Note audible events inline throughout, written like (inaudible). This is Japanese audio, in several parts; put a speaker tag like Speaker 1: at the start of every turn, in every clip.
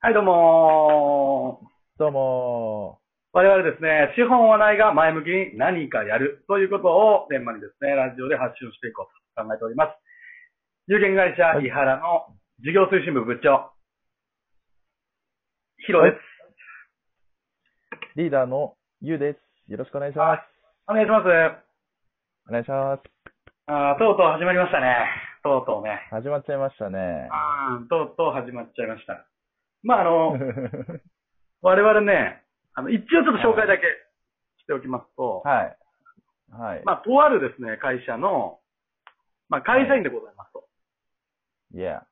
Speaker 1: はい、どうもー。
Speaker 2: どうも
Speaker 1: 我々ですね、資本はないが前向きに何かやるということをテーマにですね、ラジオで発信をしていこうと考えております。有限会社
Speaker 2: はい
Speaker 1: 井原の事業推進部部長、ヒロです。
Speaker 2: ー。リーダーのゆうです。よろしくお願いし
Speaker 1: は
Speaker 2: ます
Speaker 1: い。お願いします。
Speaker 2: お願いします。
Speaker 1: あーとうとう始まりましたね。とうとうね。
Speaker 2: 始まっちゃいましたね。
Speaker 1: あーとうとう始まっちゃいました。まあ、あの、
Speaker 2: (laughs)
Speaker 1: 我々ね、あの、一応ちょっと紹介だけしておきますと、
Speaker 2: はい。はい。
Speaker 1: まあ、とあるですね、会社の、まあ、会社員でございますと。
Speaker 2: いや。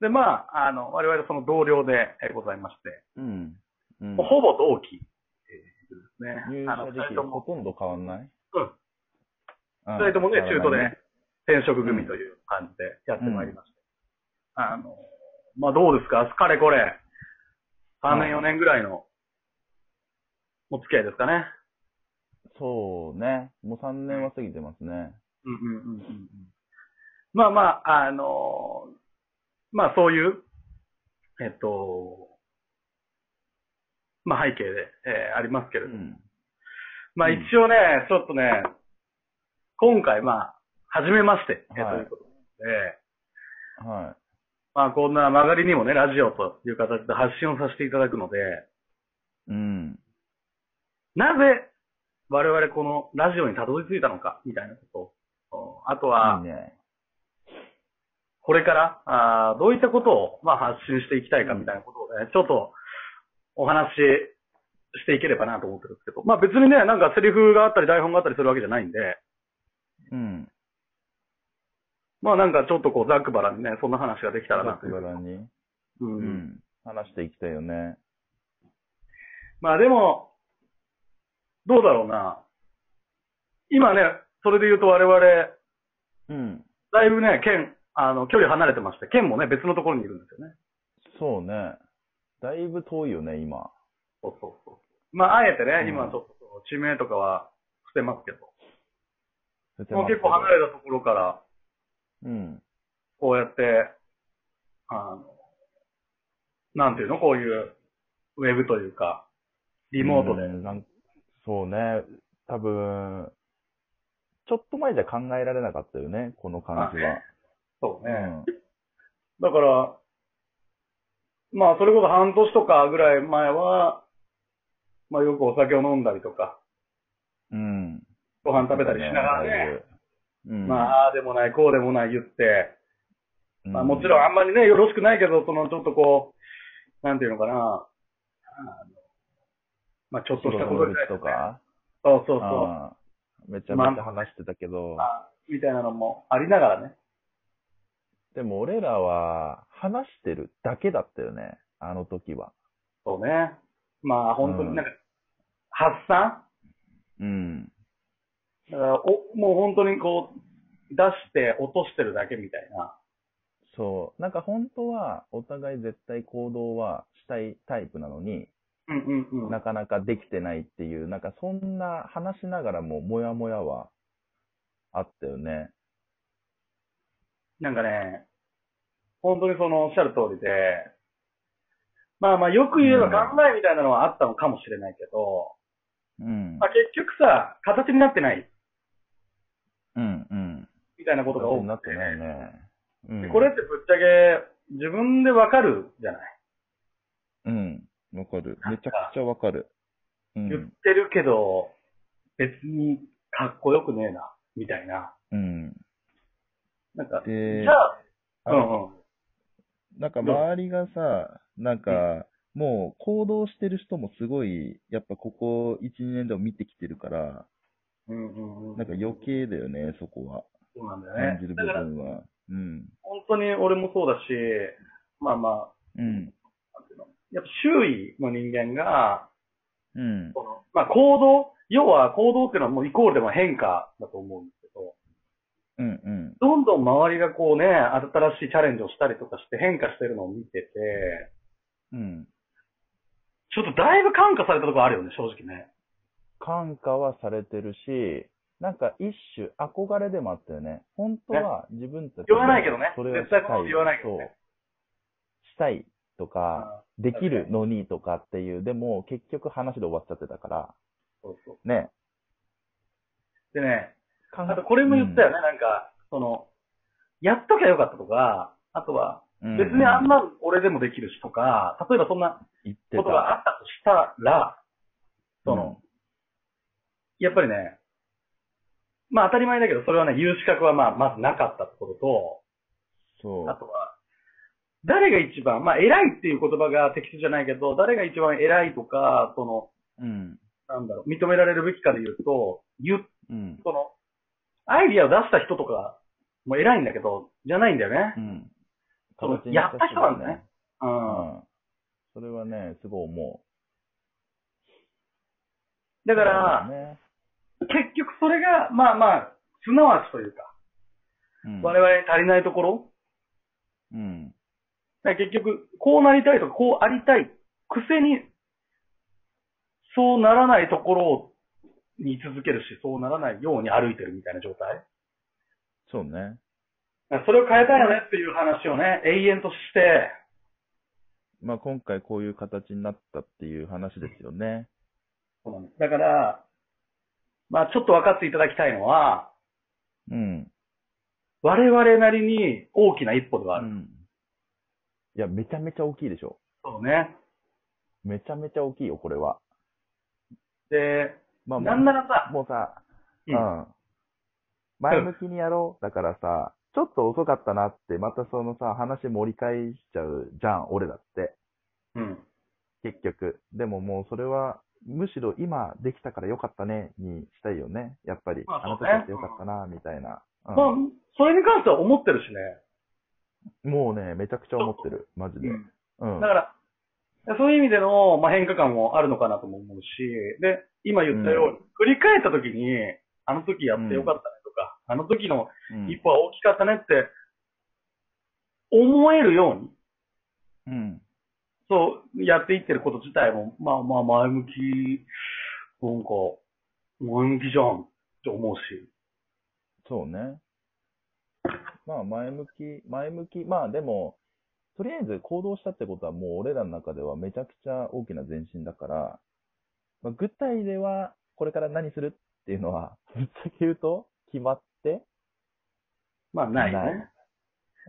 Speaker 1: で、まあ、あの、我々その同僚でえございまして、
Speaker 2: うん。うん
Speaker 1: もうほぼ同期えーですね。
Speaker 2: 入
Speaker 1: あの、
Speaker 2: 社
Speaker 1: 二
Speaker 2: 時期
Speaker 1: 人と
Speaker 2: ほ
Speaker 1: も、
Speaker 2: とんど変わんない
Speaker 1: うん。
Speaker 2: うん
Speaker 1: 二人ともね、中途で
Speaker 2: 変わらないね
Speaker 1: 転職組という感じでやってまいりまして。あの、まあ、どうですかかれこれ、3年
Speaker 2: うん
Speaker 1: 4年ぐらいのお付き合いですかね。
Speaker 2: そうね。もう3年は過ぎてますね。
Speaker 1: うんうんうんうんうん。まあまあ、あのーまあそういう、えっと、まあ背景で、えーありますけれ
Speaker 2: う
Speaker 1: ども、
Speaker 2: ん。
Speaker 1: まあ一応ね、ちょっとね、今回まあ、初めまして、えー
Speaker 2: はい
Speaker 1: ということで、
Speaker 2: は
Speaker 1: まあこんな曲がりにもね、ラジオという形で発信をさせていただくので、
Speaker 2: い。うん。
Speaker 1: なぜ我々このラジオにたどり着いたのか、みたいなことおあとは、
Speaker 2: いいね。
Speaker 1: これから、あーどういったことを、まあ、発信していきたいかみたいなことをね、ちょっとお話ししていければなと思ってるんですけど、まあ別にね、なんかセリフがあったり台本があったりするわけじゃないんで、
Speaker 2: うん。
Speaker 1: まあなんかちょっとこう、ざっくばらんにね、そんな話ができたらな
Speaker 2: バ
Speaker 1: と
Speaker 2: ッ
Speaker 1: いう。
Speaker 2: に。
Speaker 1: う。
Speaker 2: うんん。話していきたいよね。
Speaker 1: まあでも、どうだろうな。今ね、それで言うと我々、だ
Speaker 2: うん。
Speaker 1: いぶね、県、あの、距離離れてまして、県もね、別のところにいるんですよね。
Speaker 2: そうね。だいぶ遠いよね、今。
Speaker 1: そうそうそう。まあ、あえてね、
Speaker 2: うん
Speaker 1: 今ちょっと地名とかは捨てますけど。
Speaker 2: 出て
Speaker 1: もう
Speaker 2: ますけ
Speaker 1: 結
Speaker 2: ど
Speaker 1: 構離れたところから、
Speaker 2: うん。
Speaker 1: こうやって、あの、なんていうのこういう、ウェブというか、リモートで。
Speaker 2: うんなんそうね。多分、ちょっと前じゃ考えられなかったよね、この感じは。
Speaker 1: そうね。
Speaker 2: うん
Speaker 1: だから、まあ、それこそ半年とかぐらい前は、まあ、よくお酒を飲んだりとか、
Speaker 2: うん。
Speaker 1: ご飯食べたりしながらね、
Speaker 2: うん。
Speaker 1: まあ、ああでもない、こうでもない言って、
Speaker 2: うん、
Speaker 1: まあ、もちろんあんまりね、よろしくないけど、その、ちょっとこう、なんていうのかな、あのまあ、ちょっとしたことぐら
Speaker 2: 仕事
Speaker 1: い
Speaker 2: の愚痴とか、
Speaker 1: そうそうそう。
Speaker 2: あーめちゃめちゃ話してたけど、
Speaker 1: あみたいなのもありながらね。
Speaker 2: でも俺らは話してるだけだったよね、あの時は。
Speaker 1: そうね。まあ本当
Speaker 2: う
Speaker 1: に
Speaker 2: ん
Speaker 1: なんか、発散
Speaker 2: うん。
Speaker 1: だからおもう本当にこう、出して落としてるだけみたいな。
Speaker 2: そう。なんか本当は、お互い絶対行動はしたいタイプなのに、
Speaker 1: うんうんうん。
Speaker 2: なかなかできてないっていう、なんかそんな話しながらもモヤモヤはあったよね。
Speaker 1: なんかね、本当にそのおっしゃる通りで、まあまあよく言えば考えみたいなのはあったのかもしれないけど、
Speaker 2: うん
Speaker 1: ま。あ結局さ、形になってない
Speaker 2: うん、うん。
Speaker 1: みたいなことが多
Speaker 2: になっ
Speaker 1: く
Speaker 2: てないね。うん
Speaker 1: て、これってぶっちゃけ自分でわかるじゃない。
Speaker 2: うん。わかる。めちゃくちゃわかる。う
Speaker 1: 言っ
Speaker 2: ん。
Speaker 1: てるけど、別にかっこよくねえな、みたいな。
Speaker 2: うん。
Speaker 1: なんか、
Speaker 2: で
Speaker 1: じゃあ、
Speaker 2: あ
Speaker 1: う
Speaker 2: の
Speaker 1: んうん。
Speaker 2: なんか周りがさ、なんか、もう行動してる人もすごい、やっぱここ1、2年でも見てきてるから、
Speaker 1: うんうんうん。
Speaker 2: なんか余計だよね、そこは。
Speaker 1: そうなんだよ
Speaker 2: 感じ
Speaker 1: ね
Speaker 2: る。部
Speaker 1: だから、
Speaker 2: 分は。うん。
Speaker 1: 本当に俺もそうだし、まあまあ、
Speaker 2: うん。
Speaker 1: やっぱ周囲の人間が、
Speaker 2: うん。
Speaker 1: そのまあ行動、要は行動っていうのはもうイコールでも変化だと思うんですけど、
Speaker 2: うん。うん。
Speaker 1: どんどん周りがこうね、新しいチャレンジをしたりとかして変化してるのを見てて、
Speaker 2: うん。
Speaker 1: ちょっとだいぶ感化されたところあるよね、正直ね。
Speaker 2: 感化はされてるし、なんか一種憧れでもあったよね。本当は自分たちも
Speaker 1: 言わないけどね
Speaker 2: それを
Speaker 1: 絶対その言わないけど
Speaker 2: そう
Speaker 1: ね。
Speaker 2: したいと
Speaker 1: あ
Speaker 2: か、できるのにとかっていう、でも結局話で終わっちゃってたから、
Speaker 1: そうそう。
Speaker 2: ね。
Speaker 1: でね、
Speaker 2: 考
Speaker 1: あとこれも言ったよね、なんか、その、やっときゃよかったとか、あとは、
Speaker 2: うん
Speaker 1: 別にあんな俺でもできるしとか、例えばそんな
Speaker 2: 言って
Speaker 1: こと
Speaker 2: た。
Speaker 1: があったとしたら、その、やっぱりね、まあ当たり前だけど、それはね、言う資格はまあ、まずなかったところと、
Speaker 2: そ
Speaker 1: あ
Speaker 2: う。
Speaker 1: とは、誰が一番、まあ、偉いっていう言葉が適切じゃないけど、誰が一番偉いとか、その、
Speaker 2: うん。
Speaker 1: なんだろう、認められるべきかで言うと、言う、
Speaker 2: うん。
Speaker 1: その、アイディアを出した人とかも偉いんだけど、じゃないんだよね
Speaker 2: う。ん。
Speaker 1: そう
Speaker 2: 形にし
Speaker 1: やった人なんだね。う。
Speaker 2: うんん。それはね、すごい思
Speaker 1: だ
Speaker 2: う。
Speaker 1: から、
Speaker 2: そうだね、
Speaker 1: 結局それが、まあまあ、すなわちというか、
Speaker 2: うん
Speaker 1: 我々に足りないところ、
Speaker 2: うん。
Speaker 1: だから結局、こうなりたいとか、こうありたい、くせに、そうならないところに居続けるし、そうならないように歩いてるみたいな状態。
Speaker 2: そうね。
Speaker 1: だからそれを変えたいよねっていう話をね、永遠として、
Speaker 2: まあ今回こういう形になったっていう話ですよね。
Speaker 1: そうなんですだから、まあちょっと分かっていただきたいのは、
Speaker 2: うん。
Speaker 1: 我々なりに大きな一歩ではあ
Speaker 2: う
Speaker 1: る。
Speaker 2: ん。いや、めちゃめちゃ大きいでしょ。
Speaker 1: そうね。
Speaker 2: めちゃめちゃ大きいよ、これは。
Speaker 1: で、
Speaker 2: まあ、もう
Speaker 1: なんならさ、
Speaker 2: もうさ、
Speaker 1: う
Speaker 2: うんん。前向きにやろう。だからさ、ちょっと遅かったなって、またそのさ、話盛り返しちゃうじゃん、俺だって。
Speaker 1: うん。
Speaker 2: 結局。でももうそれは、むしろ今できたからよかったね、にしたいよね。やっぱり。
Speaker 1: まあ
Speaker 2: あの
Speaker 1: そう
Speaker 2: 時
Speaker 1: ね
Speaker 2: やってよかったな、みたいな。うん
Speaker 1: まあ、それに関しては思ってるしね。
Speaker 2: もうね、めちゃくちゃ思ってる。マジで。うん
Speaker 1: だ。から、そういう意味での、まあ、変化感もあるのかなとも思うし、で、今言ったように、振り返った時に、あの時やってよかったねとか、あの時の
Speaker 2: うん
Speaker 1: 一歩は大きかったねって、思えるように、
Speaker 2: うん。
Speaker 1: そう、やっていってること自体も、まあまあ前向き、なんか、前向きじゃんって思うし、
Speaker 2: そうね。まあ、前向き、前向き、まあでも、とりあえず行動したってことは、もう俺らの中ではめちゃくちゃ大きな前進だから、まあ、具体では、これから何するっていうのは、ぶっちゃけ言うと、決まって、
Speaker 1: まあないよ
Speaker 2: な
Speaker 1: ね
Speaker 2: い。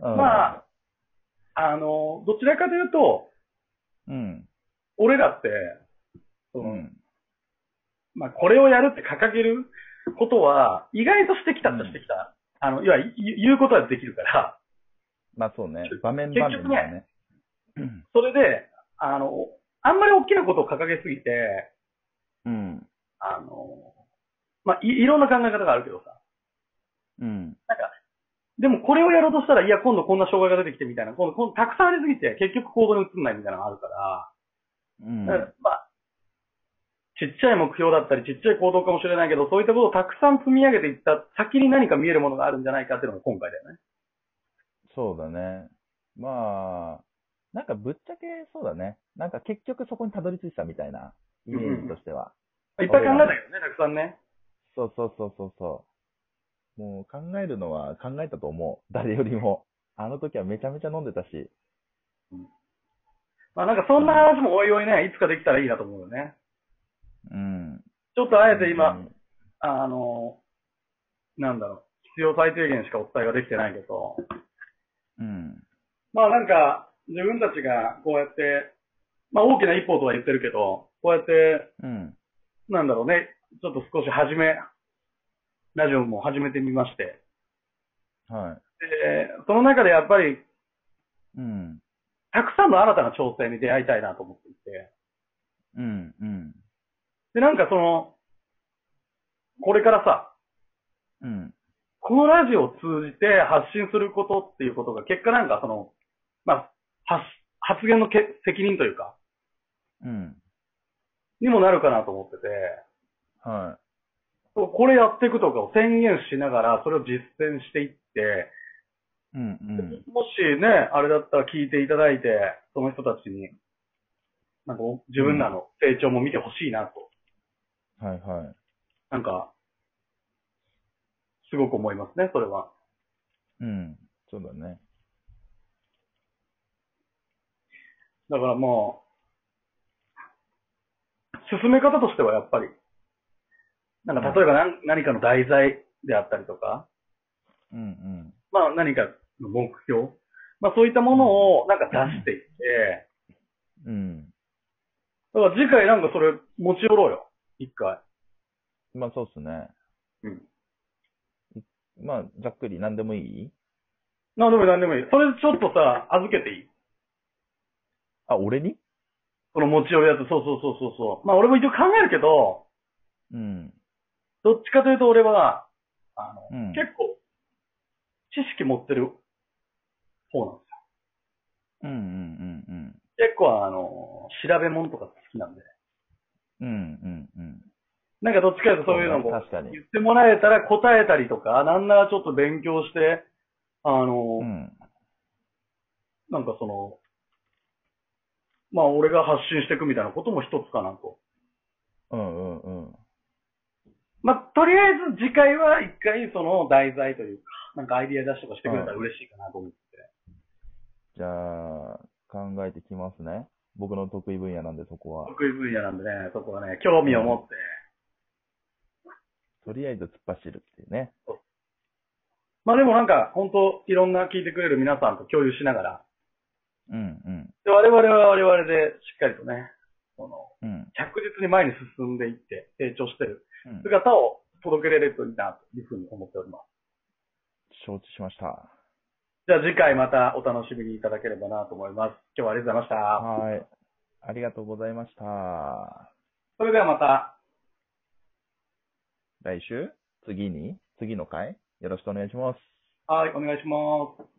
Speaker 2: うん、
Speaker 1: まあ、あの、どちらかというと、
Speaker 2: うん、
Speaker 1: 俺らって、そうの
Speaker 2: ん、
Speaker 1: まあ、これをやるって掲げることは、意外としてきたっちゃしてきた。あの、いわゆる言う言うことはできるから、
Speaker 2: まあそうね
Speaker 1: 結、
Speaker 2: 場面場面だよね。
Speaker 1: それで、あの、あんまり大きなことを掲げすぎて、
Speaker 2: うん、
Speaker 1: あの、まあ、いいろんな考え方があるけどさ、
Speaker 2: うん、
Speaker 1: でもこれをやろうとしたら、いや、今度こんな障害が出てきてみたいな、今度、今度たくさんありすぎて、結局行動に移んないみたいなのがあるから、
Speaker 2: うん、
Speaker 1: だからまあ、ちっちゃい目標だったり、ちっちゃい行動かもしれないけど、そういったことをたくさん積み上げていった先に何か見えるものがあるんじゃないかっていうのが今回だよね。
Speaker 2: そうだね。まあ、なんかぶっちゃけそうだね。なんか結局そこにたどり着いたみたいな、イメージとしては。
Speaker 1: いっぱい考えたけどね、たくさんね。
Speaker 2: そうそうそうそうそう。もう考えるのは考えたと思う。誰よりも。あの時はめちゃめちゃ飲んでたし。
Speaker 1: まあなんかそんな話もおいおいね、いつかできたらいいなと思うよね。
Speaker 2: うん。
Speaker 1: ちょっとあえて今、あの、なんだろう、必要最低限しかお伝えができてないけど、
Speaker 2: うん。
Speaker 1: まあなんか、自分たちがこうやって、まあ大きな一歩とは言ってるけど、こうやって、
Speaker 2: うん。
Speaker 1: なんだろうね、ちょっと少し始め、ラジオも始めてみまして、
Speaker 2: は
Speaker 1: で、その中でやっぱり、
Speaker 2: い。うん。
Speaker 1: たくさんの新たな挑戦に出会いたいなと思っていて、
Speaker 2: うん。うん。
Speaker 1: で、なんかその、これからさ、
Speaker 2: うん。
Speaker 1: このラジオを通じて発信することっていうことが、結果なんかその、まあ、発、発言のけ責任というか、
Speaker 2: うん。
Speaker 1: にもなるかなと思ってて、
Speaker 2: は
Speaker 1: これやっていくとかを宣言しながら、それを実践していって、
Speaker 2: い。うん。うん。
Speaker 1: もしね、あれだったら聞いていただいて、その人たちに、なんか自分らの成長も見てほしいなと、
Speaker 2: はいはい。
Speaker 1: なんか、すごく思いますね、それは。
Speaker 2: うん。そうだね。
Speaker 1: だからまあ、進め方としてはやっぱり、なんか例えば何,、何かの題材であったりとか、
Speaker 2: うんうん。
Speaker 1: まあ何かの目標、まあそういったものをなんか出していって、
Speaker 2: うん。
Speaker 1: だから次回なんかそれ持ち寄ろうよ。一回。
Speaker 2: まあそうっすね。
Speaker 1: うん。
Speaker 2: まあ、ざっくり何でもいい
Speaker 1: なんでもいいなんでもいい。それちょっとさ、預けていい
Speaker 2: あ、俺に
Speaker 1: その持ち寄るやつ、そうそうそうそうそう。まあ俺も一応考えるけど、
Speaker 2: うん。
Speaker 1: どっちかというと俺は、あの、
Speaker 2: うん。
Speaker 1: 結構、知識持ってる方なんです
Speaker 2: うんうんうん
Speaker 1: よ。結構あの、調べ物とか好きなんで。
Speaker 2: うん。うんうんうん。
Speaker 1: なんかどっちかというとそういうのも
Speaker 2: そうね確かに
Speaker 1: 言ってもらえたら答えたりとか、なんならちょっと勉強して、あの、
Speaker 2: うん。
Speaker 1: なんかその、まあ俺が発信していくみたいなことも一つかなと。
Speaker 2: うんうんうん。
Speaker 1: まあとりあえず次回は一回その題材というか、なんかアイディア出しとかしてくれたら嬉しいかなと思って。
Speaker 2: じゃあ、考えてきますね。僕の得意分野なんでそこは。
Speaker 1: 得意分野なんでね、そこはね、興味を持って。
Speaker 2: とりあえず突っ走るっていうね。
Speaker 1: まあでもなんか本当いろんな聞いてくれる皆さんと共有しながら、
Speaker 2: うん
Speaker 1: で我々は我々でしっかりとね、その
Speaker 2: うん。うん。
Speaker 1: 着実に前に進んでいって成長してる
Speaker 2: うん、
Speaker 1: 姿を届けれるといいなというふうに思っております。
Speaker 2: 承知しました。
Speaker 1: じゃあ次回またお楽しみにいただければなと思います。今日はありがとうございました。
Speaker 2: はい。ありがとうございました。
Speaker 1: それではまた。
Speaker 2: 来週次に次の回よろしくお願いします。
Speaker 1: はい、お願いします。